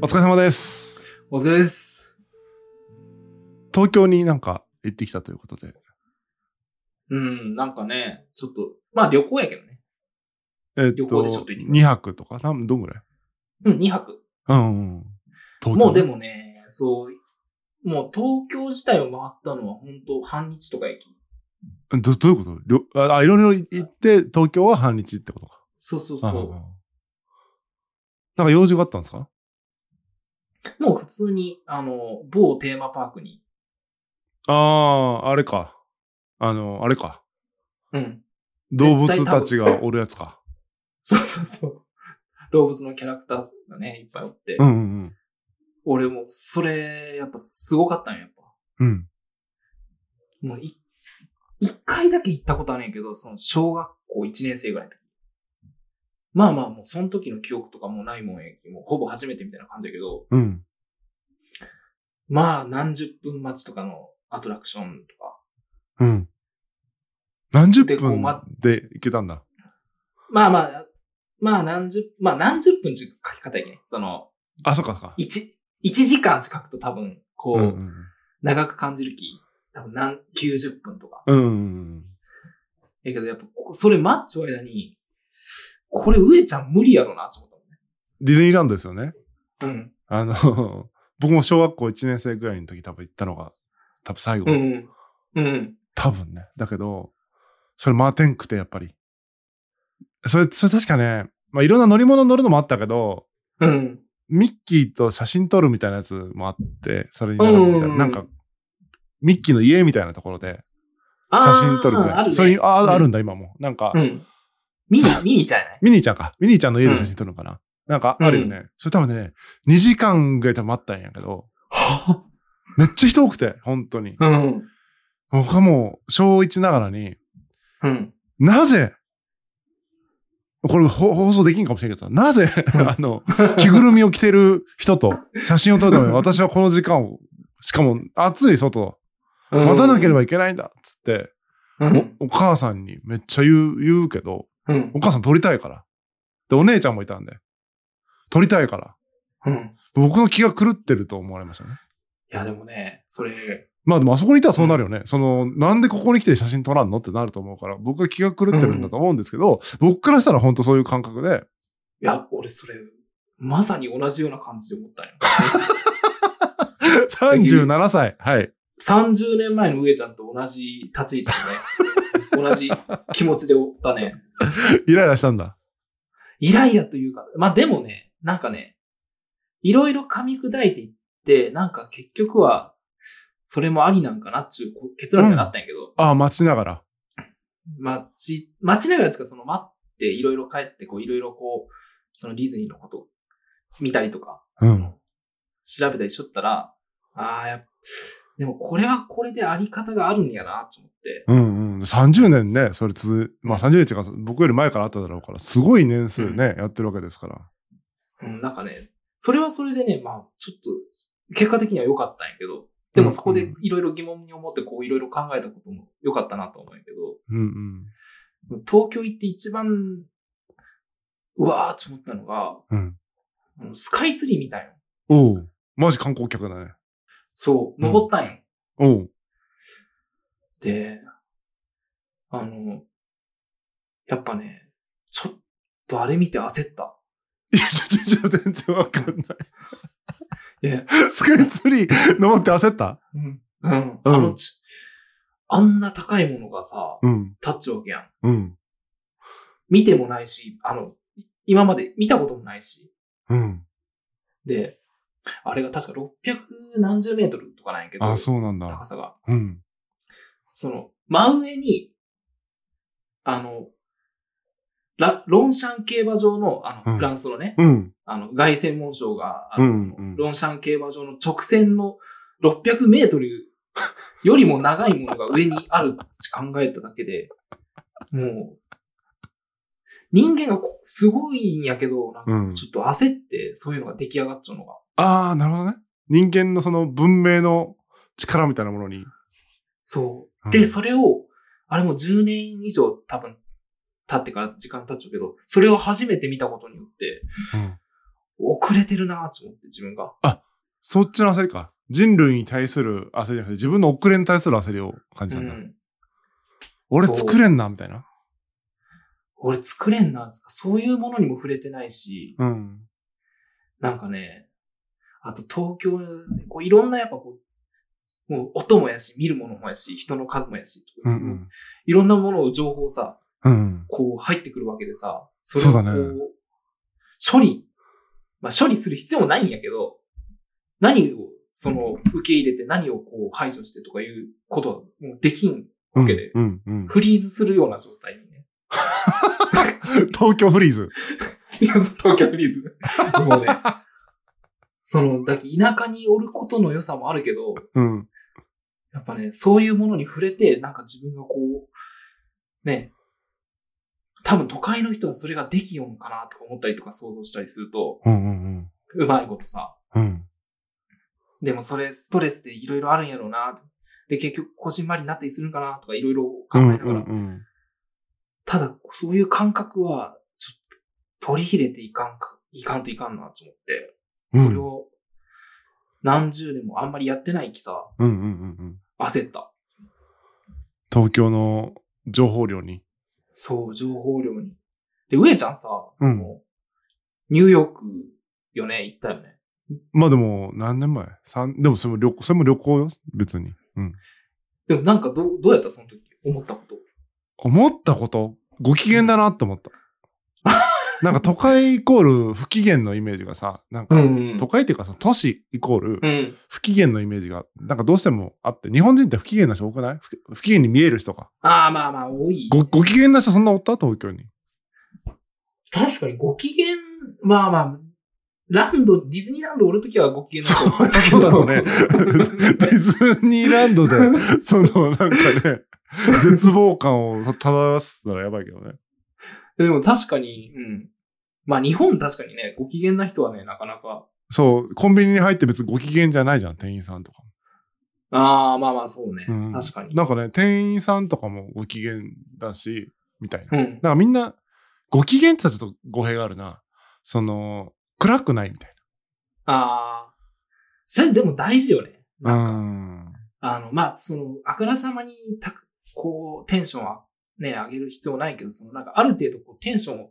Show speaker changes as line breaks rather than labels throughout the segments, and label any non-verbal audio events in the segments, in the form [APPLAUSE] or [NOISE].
お疲れ様です。
お疲れです。
東京になんか行ってきたということで。
うん、なんかね、ちょっと、まあ旅行やけどね。
え
旅行でちょっと行ってきま
2泊とか、なんどんぐらい
うん、2泊。
うん、うん。東京
もうで。もね、そう、もう東京自体を回ったのは本当半日とか駅。
どどういうことりょあ、いろいろ行って、東京は半日ってことか。
そうそ
うん
う
う
そ
んなんか用事があったんですか
う。もう普通に、あの、某テーマパークに。
ああ、あれか。あの、あれか。
うん。
動物たちがおるやつか。
そうそうそう。動物のキャラクターがね、いっぱいおって。
うんうん
俺も、それ、やっぱすごかったんよやっぱ。
うん。うん。
もうい、一回だけ行ったことあるんやけど、その小学校1年生ぐらいの時。まあまあ、もうその時の記憶とかもうないもんやき、もうほぼ初めてみたいな感じやけど、
うん。
まあ何十分待ちとかのアトラクションとか。
うん。何十
でこう
分
ま
で行けたんだ。
まあまあ、まあ何十、まあ何十分っていう書き方やけん。その、
あ、そっかそっか。
一、一時間近くと多分、こ
うんう
う、
ん
長く感じるき、多分何、90分とか。
うん。うんうん
やけどやっぱ、こそれ待っちょ間に、これ上ちゃん無理やろな、って思ったもんね。
うん。ディズニーランドですよね。
うん。
あの、 [LAUGHS] 僕も小学校1年生ぐらいの時多分行ったのが、多分最後。
うんうん。うん。
多分ね。だけど、それ回ってんくて、やっぱり。それ、それ確かね、まあ、いろんな乗り物乗るのもあったけど、
うん。
ミッキーと写真撮るみたいなやつもあって、それに並ぶみたいな。
うんうんうん
なんか、ミッキーの家みたいなところで、
あー
写真撮るみたいな。
あるね。
それにあ、
うん
あるんだ、今も。なんか、
うん。ミニ、ミニちゃうね。
ミニーちゃんか。ミニーちゃんの家で写真撮るのかな。なんか、あるよね。それ多分ね、2時間ぐらい多分あったんやけど、
は
めっちゃ人多くて、本当に。
うん。
僕はもう、小1ながらに、
うん。
なぜ、これほ放送できんかもしれんけどさ、なぜ、
うん
あの、着ぐるみを着てる人と写真を撮る
[LAUGHS]
ために私はこの時間を、しかも暑い外、待たなければいけないんだっつって、
うん。
おお母さんにめっちゃ言う、言うけど、
うん
お。母さん撮りたいから。で、お姉ちゃんもいたんで、撮りたいから。
うん。
僕の気が狂ってると思われましたね。
いや、でもね、それ、
まあでもあそこにいたらそうなるよね。その、なんでここに来て写真撮らんのってなると思うから、僕が気が狂ってるんだと思うんですけど、僕からしたら本当そういう感覚で、
いや、俺それ、まさに同じような感じで思ったんよ。
37歳。はい。
30年前の上ちゃんと同じ立ち位置
[LAUGHS]
でね、同じ気持ちでおったね。
イライラしたんだ。
イライラというか、まあでもね、なんかね、いろいろ噛み砕いていって、なんか結局は、それもありなんかなっていう結論にはなったんやけど、
ああ、待ちながら。
待ち、待ちながらですか、その待って、いろいろ帰って、こう、いろいろこう、そのディズニーのことを見たりとか、
うん。
調べたりしとったら、ああ、やっぱでもこれはこれであり方があるんやな、と思って。
うんうん。30年ね、それつ、まあ30年っていうか、僕より前からあっただろうから、すごい年数ね、やってるわけですから。
うん、なんかね、それはそれでね、まあ、ちょっと、結果的には良かったんやけど、でもそこでいろいろ疑問に思って、こう、いろいろ考えたことも良かったなと思うんやけど、
うんうん。
東京行って一番、うわーって思ったのが、
うん
あのスカイツリーみたいな。
おう。マジ観光客だね。
そう、登ったんよ。
おう。
で、あの、やっぱね、ちょっとあれ見て焦った。
いや、ちょ、ちょ、ちょ、全然わかんない。
え、
スカイツリー登って焦った
うん。う
う
ん。
ん
あのち、あんな高いものがさ、
うん。
立っちゃうわけやん。
うん。
見てもないし、あの、今まで見たこともないし。
うん。
で、あれが確か600何十メートルとかなんやけど、
ああ、そうなんだ
高。さが。
うん。
その、真上に、あの、ラ、ロンシャン競馬場の、あ
う
の、
ん
フランスのね、
うん。
あの、凱旋門賞が、あ
う
の
んうん
ロンシャン競馬場の直線の600メートルよりも長いものが上にあるって考えただけで、もう、人間がこすごいんやけど、なんか
うん。
ちょっと焦って、そういうのが出来上がっちゃうのが。
ああ、なるほどね。人間のその文明の力みたいなものに。
そうう。
ん
で、それを、あれもう10年以上多分経ってから時間経っちゃうけど、それを初めて見たことによって、遅れてるなと思って、自分が。
そっちの焦りか。人類に対する焦りじゃなくて、自分の遅れに対する焦りを感じ
う
たんだ。
ん。
俺
そう
作れんな、みたいな。
俺作れんなつか、そういうものにも触れてないし、
うん。
なんかね、あと東京、こういろんなやっぱこう、もう音もやし、見るものもやし、人の数もやし、
うんうん。
いろんなものを情報さ、
うん。
こう入ってくるわけでさ、そ
そうだね
をこう処理、まあ処理する必要もないんやけど、何をその受け入れて何をこう排除してとかいうことはもうできん。
うん。
けで
うん。うん。
フリーズするような状態にね。
[LAUGHS] 東京フリーズ。
いや、東京フリーズ。もうね。その、だけ田舎におることの良さもあるけど、
うん。
やっぱね、そういうものに触れて、なんか自分がこう、ね、多分都会の人はそれができよんかなとか思ったりとか想像したりすると、
うんうん
うまいことさ。
うん。うん。
でもそれストレスでいろいろあるんやろうなと。で、結局、こじんまりになったりするんかなとかいろいろ考えながら、
うんうん
ただ、そういう感覚は、ちょっと取り入れていかんか、いかんといかんなと思って、
うん
それを何十年もあんまりやってないきさ、
うん。うんうんうんうん。
焦った。
東京の情報量に。
そう、情報量に。で、上ちゃんさ、
うん
もうニューヨークよね、行ったよね。
まあでも、何年前三でもそれも旅行、それも旅行よ、別に。うん。
でもなんかどう、どうやったその時思ったこと。
思ったこと、ご機嫌だなって思った。なんか都会イコール不機嫌のイメージがさ、なんか
ん
都会っていうかさ、都市イコール
うん。
不機嫌のイメージが、なんかどうしてもあって、日本人って不機嫌な人多くない不不機嫌に見える人が。
ああ、まあまあ、多い。
ごご機嫌な人そんなおった東京に。
確かにご機嫌、まあまあ、ランド、ディズニーランドおるときはご機嫌
そ
な
うそうだろう
[LAUGHS]
ね。 [LAUGHS] ディズニーランド [LAUGHS] で、そのなんかね、絶望感をた漂すならやばいけどね。
でも確かに、うん。まあ日本確かにね、ご機嫌な人はね、なかなか。
そう、コンビニに入って別にご機嫌じゃないじゃん、店員さんとかも。
ああ、まあまあそうね。
うん
確かに。
なんかね、店員さんとかもご機嫌だし、みたいな。だ
う
か
ん。
らみんな、ご機嫌って言ったらちょっと語弊があるな。その、暗くないみたい
ああ。それでも大事よね。
な。
なんか、
うん
あの、まあ、その、あからさまにた、こう、テンションはね、上げる必要ないけど、その、なんかある程度、こう、テンションを、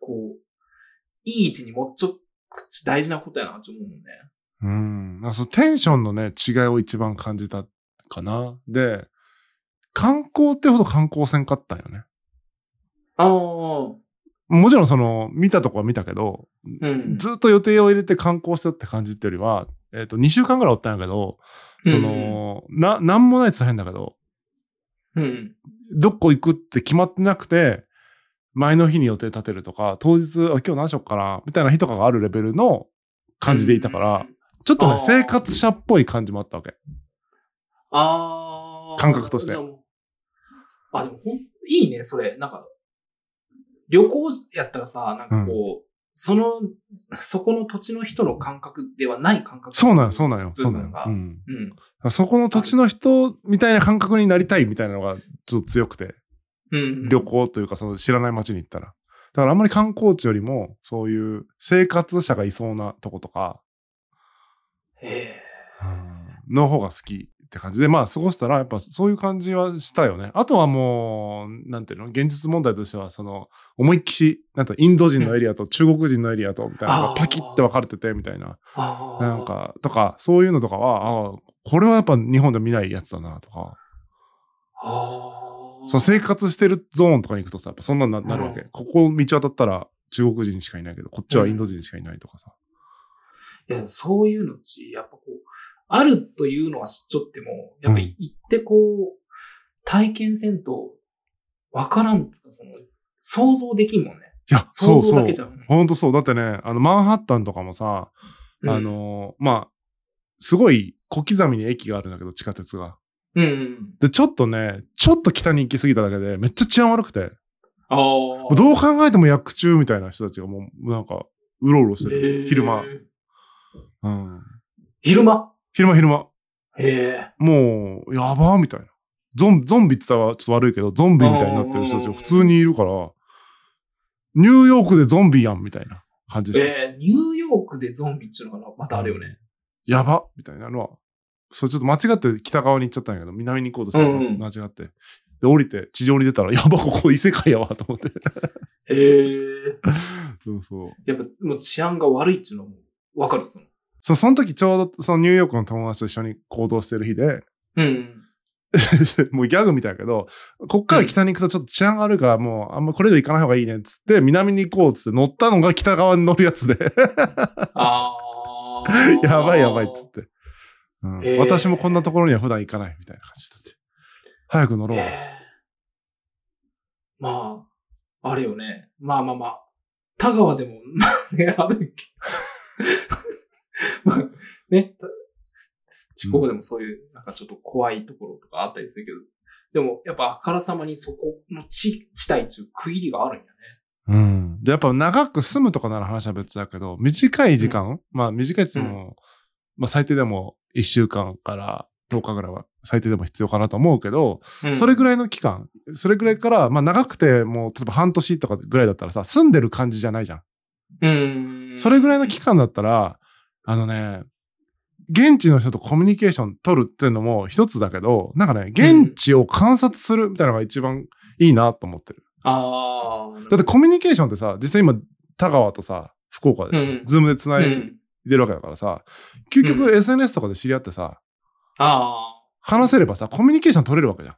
こう、いい位置に持っちょくち大事なことやな、と思うもんね。
うん。なんかそのテンションのね、違いを一番感じたかな。で、観光ってほど観光せんかったんよね。
ああ、
もちろんその、見たとこは見たけど、
うん。
ずっと予定を入れて観光したって感じってよりは、えっ、と、2週間ぐらいおったんやけど、その、な、なんもないって言ったら変だけど、
うん。
どこ行くって決まってなくて、前の日に予定立てるとか、当日、あ今日何しよっかな、みたいな日とかがあるレベルの感じでいたから、
うん。
ちょっと
あー
ね、生活者っぽい感じもあったわけ。
ああ。
感覚として
じゃあもうあ、でもほん、いいね、それ。なんか、旅行やったらさ、なんかこう、その、そこの土地の人の感覚ではない感覚。
そうなんよ、そうなんよ、
部
そうなん
分
よ
が。
うん。だ
うん。
からそこの土地の人みたいな感覚になりたいみたいなのがちょっと強くて、
うん。
旅。行というか、その知らない街に行ったら。だからあんまり観光地よりも、そういう生活者がいそうなとことか、
え
の方が好きって感じで、まあ過ごしたら、やっぱそういう感じはしたよね。あとはもう、なんていうの、現実問題としては、その、思いっきし、なんてインド人のエリアと中国人のエリアと、みたいなの
あ
が
ー
パキって分かれてて、みたいな、
ー。ああ。
なん。か、とか、そういうのとかは、ああ、これはやっぱ日本で見ないやつだな、とか、
ああ。
その生活してるゾーンとかに行くとさ、やっぱそんなななるわけ。
う
ここ道渡ったら中国人しかいないけど、こっちはインド人しかいないとかさ。
いや、そういうのち、やっぱこう、あるというのは知っちゃっても、や
う
っぱ
ん
り行ってこう、体験せんと、わからんっつうか、その、想像できんもんね。
いや、そ
想
う
像
そ
だ
う
けじ。ゃん。
ほんとそう。だってね、あの、マンハッタンとかもさ、
うん
あ、のーまあ、すごい小刻みに駅があるんだけど、地下鉄が。
うんうん。
で、ちょっとね、ちょっと北に行き過ぎただけで、めっちゃ治安悪くて、
ああ。
どう考えても薬中みたいな人たちがもう、なんか、うろうろしてる。
へー
昼間。。うん。
昼間
昼間昼間。
へえ。
もう、やばーみたいな。ゾンゾンビって言ったらちょっと悪いけど、ゾンビみたいになってる人たちが普通にいるから、ニューヨークでゾンビやんみたいな感じでした。
えー、ニューヨーヨークでゾンビっていうのがまたあるよね。
やばみたいなのは、それちょっと間違って北側に行っちゃったんやけど、南に行こうとしたの、
うんうん
間違って。で、降りて地上に出たら、や [LAUGHS] ば、ここ異世界やわ、と思って。
へえ。
そうそう。
やっぱもう治安が悪いっていうのもわかる、その。
そうその時ちょうど、そのニューヨークの友達と一緒に行動してる日で、 [LAUGHS]
うん。
もうギャグみたいだけど、こっから北に行くとちょっと治安が悪いから、もうあんまこれ以上行かない方がいいねっつって、南に行こうっつって乗ったのが北側に乗るやつで、
[LAUGHS] あー
[LAUGHS] やばいやばいっつって、うん
えー
私もこんなところには普段行かないみたいな感じだって。早く乗ろうっつって。
まあ、あれよね。まあまあまあ。田川でも、 [LAUGHS] まあね、あるけど。 [LAUGHS] まあ、ね。ちここでもそういう、なんかちょっと怖いところとかあったりするけど。でも、やっぱあからさまにそこの地、地帯っていう区切りがあるんやね。
うん。で、やっぱ長く住むとかなら話は別だけど、短い時間、まあ短いって言っても、まあ最低でも1週間から10日ぐらいは最低でも必要かなと思うけど、それぐら
らい。
いの期間、それぐらいから、まあ長くてもう、例えば半年とかぐらいだったらさ、住んでる感じじゃないじゃん。
うん。
それぐらいの期間だったら、あのね、現地の人とコミュニケーション取るっていうのも一つだけど、なんかね、現地を観察するみたいなのが一番いいなと思ってる。
ああ。
だってコミュニケーションってさ、実際今、田川とさ、福岡
う
で
ん、
ズームで繋
う
いで
ん。
るわけだからさ、究極
う
SNS とかで知り合ってさ、
あ
話せればさ、コミュニケーション取れるわけじゃん。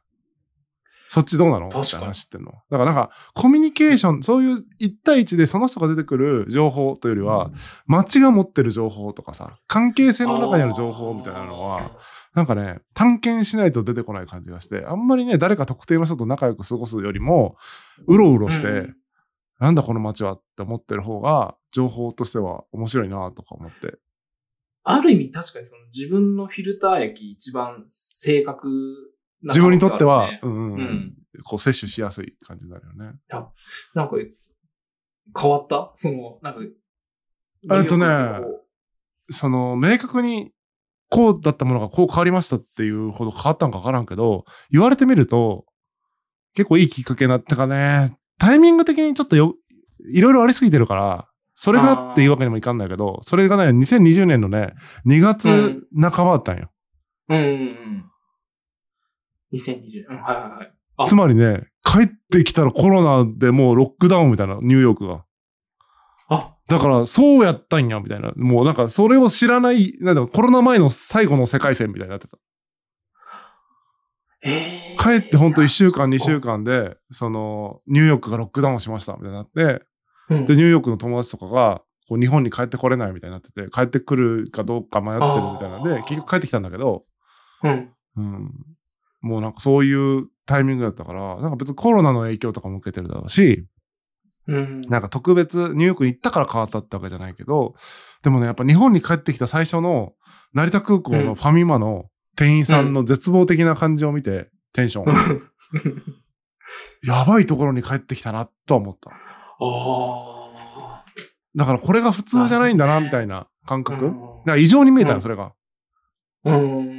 そっちどうなの
確かに
って話ってんの。だからなんか、コミュニケーション、そういう一対一でその人が出てくる情報というよりは、街が持ってる情報とかさ、関係性
あ。
の中にある情報みたいなのは、、なんかね、探検しないと出てこない感じがして、あんまりね、誰か特定の人と仲良く過ごすよりも、うろうろして、
うん
なんだこの街はって思ってる方が、情報としては面白いなとか思って。
ある意味確かにその自分のフィルター液一番正確な、
自分にとっては、うん
う
うんうん、
ん。
こう摂取しやすい感じになるよね。
なんか、変わったその、なんか、
えっとね
ニューヨークってこ
その明確にこうだったものがこう変わりましたっていうほど変わったんか分からんけど言われてみると結構いいきっかけになったかねタイミング的にちょっとよいろいろありすぎてるからそれがっていうわけにもいかんないけどそれがね2020年のね2月半ばだったんよ、
ううんうんうん。2020、うん、はいはいはい。あ
つまりね帰ってきたらコロナでもうロックダウンみたいなニューヨークが
あ、
だからそうやったんやみたいなもうなんかそれを知らないなんだろうコロナ前の最後の世界線みたいになってた
えー、
帰ってほんと1週間2週間
間。
でそのニューヨークがロックダウンしましたみたいになって
うん
でニューヨークの友達とかがこう日本に帰ってこれないみたいになってて帰ってくるかどうか迷ってるみたいなん
あ
で
ー
結局帰ってきたんだけど、
うん。
うん、もうなんかそういうタイミングだったからなんか別にコロナの影響とかも受けてるだろうし
うん。
なんか特別ニューヨークに行ったから変わったってわけじゃないけどでもねやっぱ日本に帰ってきた最初の成田空港のファミマの店員さんの絶望的な感じを見てテンションがやばいところに帰ってきたなとは思った。
[LAUGHS] ああ。
だからこれが普通じゃないんだな、
なる
み
ほど
たいな感覚。
う
なんか異常に見えた
う
よ、
ん
それが。
うん。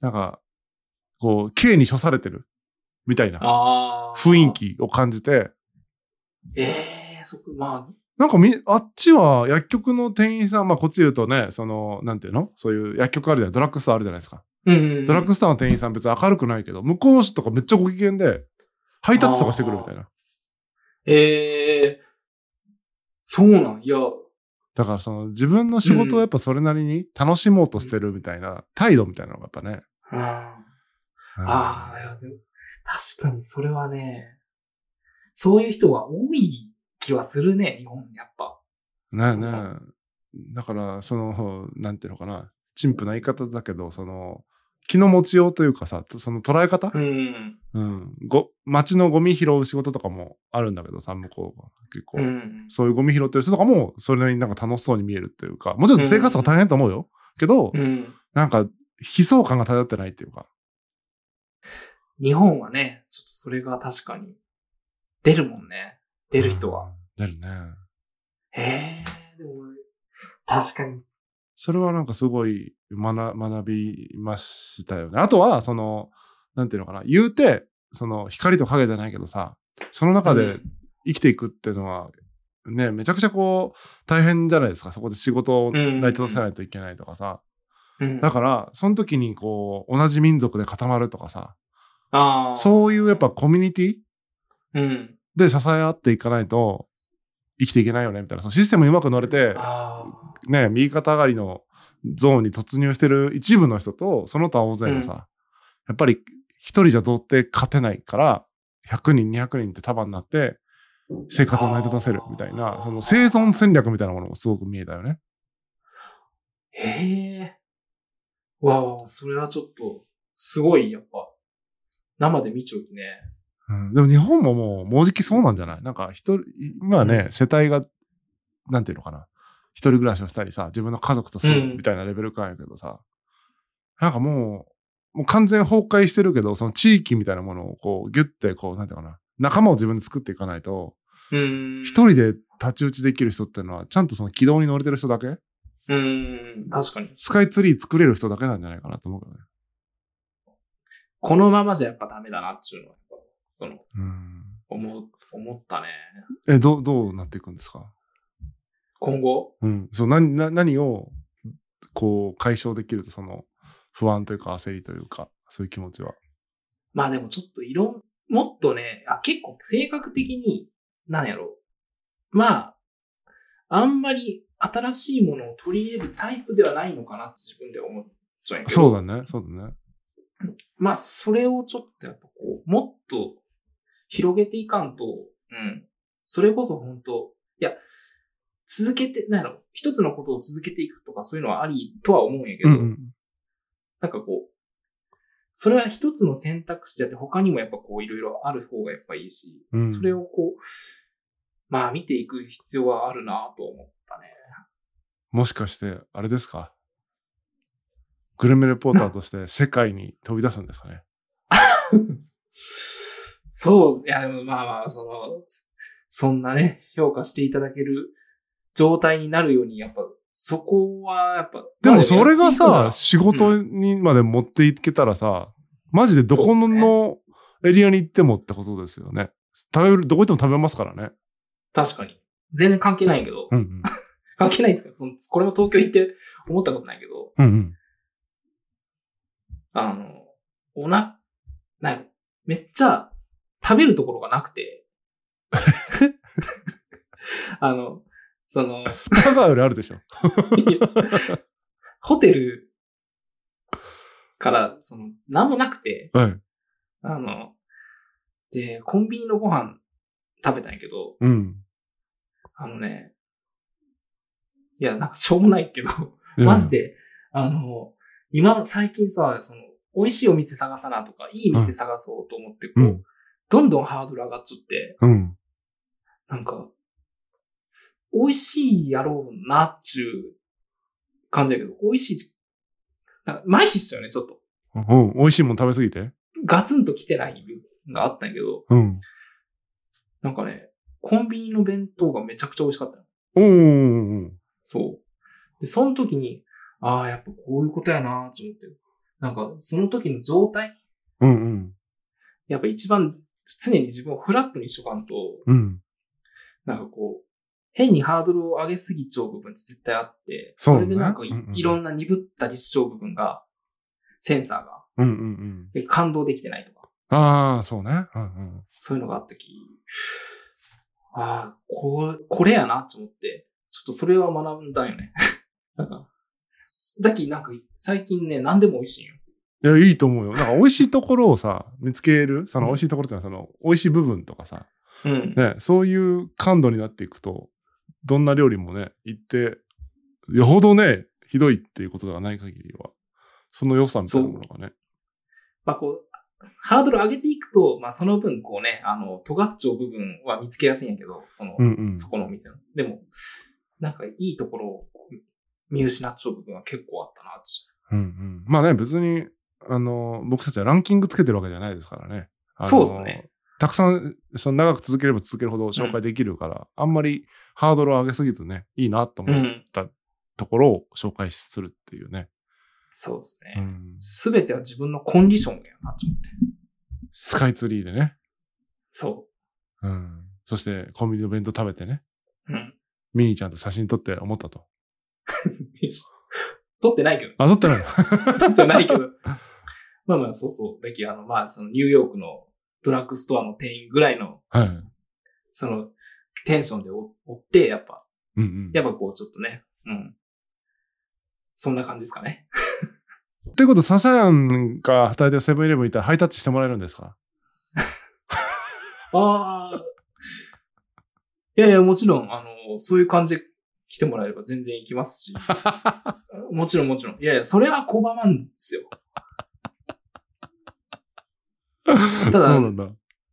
なんか、こう、刑に処されてる。みたいな
ああ。
雰囲。気を感じて。
ええー、そこ、まあ、
なんかみ、あっちは薬局の店員さん、まあこっちで言うとね、その、なんていうのそういう薬局あるじゃない、ドラッグストアあるじゃないですか。
うんうんうん。
ドラッグストアの店員さん別に明るくないけど、向こうの人とかめっちゃご機嫌で、配達とかしてくるみたいな。
ええそうなん、いや、
だからその自分の仕事をやっぱそれなりに楽しもうとしてるみたいな態度みたいなのがやっぱね。
うん、あ
うん
あ、いやでも確かにそれはね、そういう人が多い気はするね、日本、やっぱ。
ねえ
そう
ね
だ
え。だから、その、なんていうのかな、陳腐な言い方だけど、その、気の持ちようというかさ、その捉え方、
うん。
うん、ご街のゴミ拾う仕事とかもあるんだけどさ、向こうは結構。
うん。
そういうゴミ拾ってる人とかも、それなりになんか楽しそうに見えるっていうか、もちろん生活が大変だと思うよ。けど、
うん。
なんか、悲壮感が漂ってないっていうか。
日本はね、ちょっとそれが確かに出るもんね。出る人は。
うん。出るね。
へえ、でも、確かに。
それはなんかすごい学学びましたよね。あとは、その、なんていうのかな、言うて、その光と影じゃないけどさ、その中
う
で
ん
生きていくっていうのは、ね、めちゃくちゃこう、大変じゃないですか。そこで仕事を
うんうんうん
成り立たせないといけないとかさ。
うん。
だから、その時にこう、同じ民族で固まるとかさ、
ああ。
そういうやっぱコミュニティ
うん。
で支え合っていかないと生きていけないよね、みたいな。そのシステムにうまく乗れて、
ああ。
ね、右肩上がりのゾーンに突入してる一部の人と、その他大勢のさ、
う
やっぱり一人じゃどうって勝てないから、100人、200人って束になって、生活を成り立たせるみたい
あ
な、
ー
その生存戦略みたいなものもすごく見えたよね。
へえ。わあわあ、それはちょっと、すごい、やっぱ、生で見ちゃうとね。
うん、でも日本ももう、もうじきそうなんじゃないなんか一人、今はね、世帯が、なんていうのかな、一人暮らしをしたりさ、自分の家族と住
うん
むみたいなレベル感やけどさ、なんかもう、もう完全崩壊してるけど、その地域みたいなものをこう、ギュッてこう、なんていうのかな、仲間を自分で作っていかないと、
うーん。
一人で太刀打ちできる人っていうのは、ちゃんとその軌道に乗れてる人だけ
うーん、確かに。
スカイツリー作れる人だけなんじゃないかなと思うけどね。
このままじゃやっぱダメだなっていうのは、やっぱその、
うん。
思う、思ったね。
え、どう、どうなっていくんですか
今後
うん、そう何な何をこう解消できるとその不安というか焦りというかそういう気持ちは。
まあでもちょっといろん、もっとね、あ結構性格的に、なんやろう。まあ、あんまり新しいものを取り入れるタイプではないのかなって自分で思っちゃうんやけど。
そうだねそうだね。
まあ、それをちょっとやっぱこう、もっと広げていかんと、うん。それこそ本当いや、続けて、なんやろ、一つのことを続けていくとかそういうのはありとは思うんやけど、
うんうん、
なんかこう、それは一つの選択肢であって、他にもやっぱこういろいろある方がやっぱいいし、
うん
それをこう、まあ見ていく必要はあるなと思ったね。
もしかしてあれですかグルメレポーターとして世界に飛び出すんですかね。
そう、いや、でもまあまあ、その、そんなね、評価していただける状態になるように、やっぱ、そこは、やっぱ。
で
ま
も
あ
それが
や
さ
ってい
仕事にまで持っていけたらさマジでどこ
そうで
のエリアに行ってもってことですよね。食べるどこ行っても食べますからね。
くのは確かに。全然関係ないけど、
うんうん
関係ないんですけど、その、これも東京行って思ったことないけど、
うん [LAUGHS] うん
あの、おな、なんやめっちゃ食べるところがな
[LAUGHS]
くて、あの、その、
香川よりあるでしょ。
いや [LAUGHS] ホテルから、その、何もなくて、
はい。
あの、で、コンビニのご飯食べたんやけど、
うん。
あのね、いや、なんかしょうもないけど、
いや
マジで、あの、今、最近さ、その、美味しいお店探さなとか、いい店探そうと思って、こう、
うん
どんどんハードル上がっちゃって、
うん。
なんか、美味しいやろうなっちゅう感じだけど、美味しい、なんか、麻痺しちゃうね、ちょっと。
うん。美味しいもん食べすぎて。
ガツンと来てない部分があったんやけど、
うん。
なんかね、コンビニの弁当がめちゃくちゃ美味しかったの。
おーおー
そう。で、その時に、ああ、やっぱこういうことやなーと思って。なんか、その時の状態、
おーおーうんうん。
やっぱ一番常に自分をフラットにしとかんと、
うん。
なんかこう、変にハードルを上げすぎちゃう部分って絶対あって、
そうね
れでなんかい,、
うんうん
ろんな鈍ったりしちゃう部分が、センサーが、
うんうんうん。
で感動できてないとか。
ああ、そうね。うん
そういうのがあったき、ああ、こう、これやなと思って、ちょっとそれは学んだんよね。 [LAUGHS] なんか、だきなんか最近ね、何でも美味しいんよ。
うん。いや、いいと思うよ。なんか美味しいところをさ、見つける、その美味しいところっていうのは、その美味しい部分とかさ、
うん。
ね、そういう感度になっていくと、どんな料理もね、行って、よほどね、ひどいっていうことがない限りは、その良さみたいなものがね。
まあこう、ハードル上げていくと、まあその分こうね、あの、尖っちゃう部分は見つけやすいんやけど、その、
うんうん。
そこのお店の。でも、なんかいいところを見失っちゃう部分は結構あったなって。
うんうん。まあね、別に、あの、僕たちはランキングつけてるわけじゃないですからね。あの
そうですね。
たくさん、その長く続ければ続けるほど紹介できるから、あんまりハードルを上げすぎずね、いいなと
う。
思うんところを紹介するっていうね。
そうです
う
ね。
ん、
すべては自分のコンディションやなと思って。
スカイツリーでね。
そ
うん、そして、コンビニの弁当食べてね。
う。うん。 [LAUGHS]
ミニーちゃんと写真撮って思ったと。
撮ってな
[LAUGHS]
いけど、
あ、撮ってない
[LAUGHS]
の
撮ってないけど。まあまあ、そうそう。だけど、あの、まあ、そのニューヨークのドラッグストアの店員ぐらいの、
はい。
その、テンションで追追って、やっぱ、
うんうん。
やっぱこう、ちょっとね、うん。そんな感じですかね。
ってこと、ササヤンが働いてるセブンイレブンいたらハイタッチしてもらえるんですか
ああ。いやいや、もちろん、あの、そういう感じで来てもらえれば全然行きま
[LAUGHS]
すし。もちろんもちろん。いやいや、それは拒まんですよ。
そう
だ
なんだ。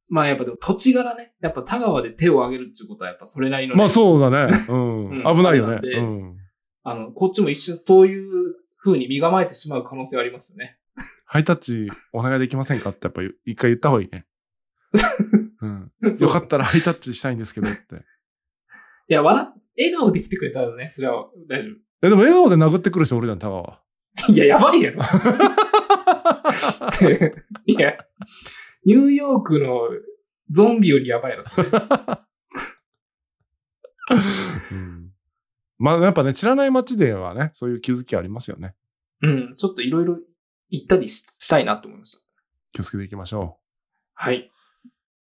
まあやっぱでも土地柄ね、やっぱ田川で手を挙げるっていうことはやっぱそれなりのね、
まあそうだね。う。
うんん
危ないよね。
そう
う。
なんあの、こっちも一瞬そういう風に身構えてしまう可能性はありますよね。
ハイタッチお願いできませんかってやっぱり一回言った方がい [LAUGHS] いね。うん。よか
た。
ったらハイタッチしたいんですけどって。
いや、笑っ、笑顔で来てくれたらね、それは大丈
え、でも笑顔で殴ってくる人おるじゃん、タワーは。
夫。いや、やばい
[LAUGHS]
やろ。 [LAUGHS] いや、ニューヨークのゾンビよりやばいやろ、それ
うん。まあやっぱね、知らない街ではね、そういう気づきありますよね。
うん、ちょっといろいろ行ったりししたいなと思いました。
気をつけていきましょう。
はい。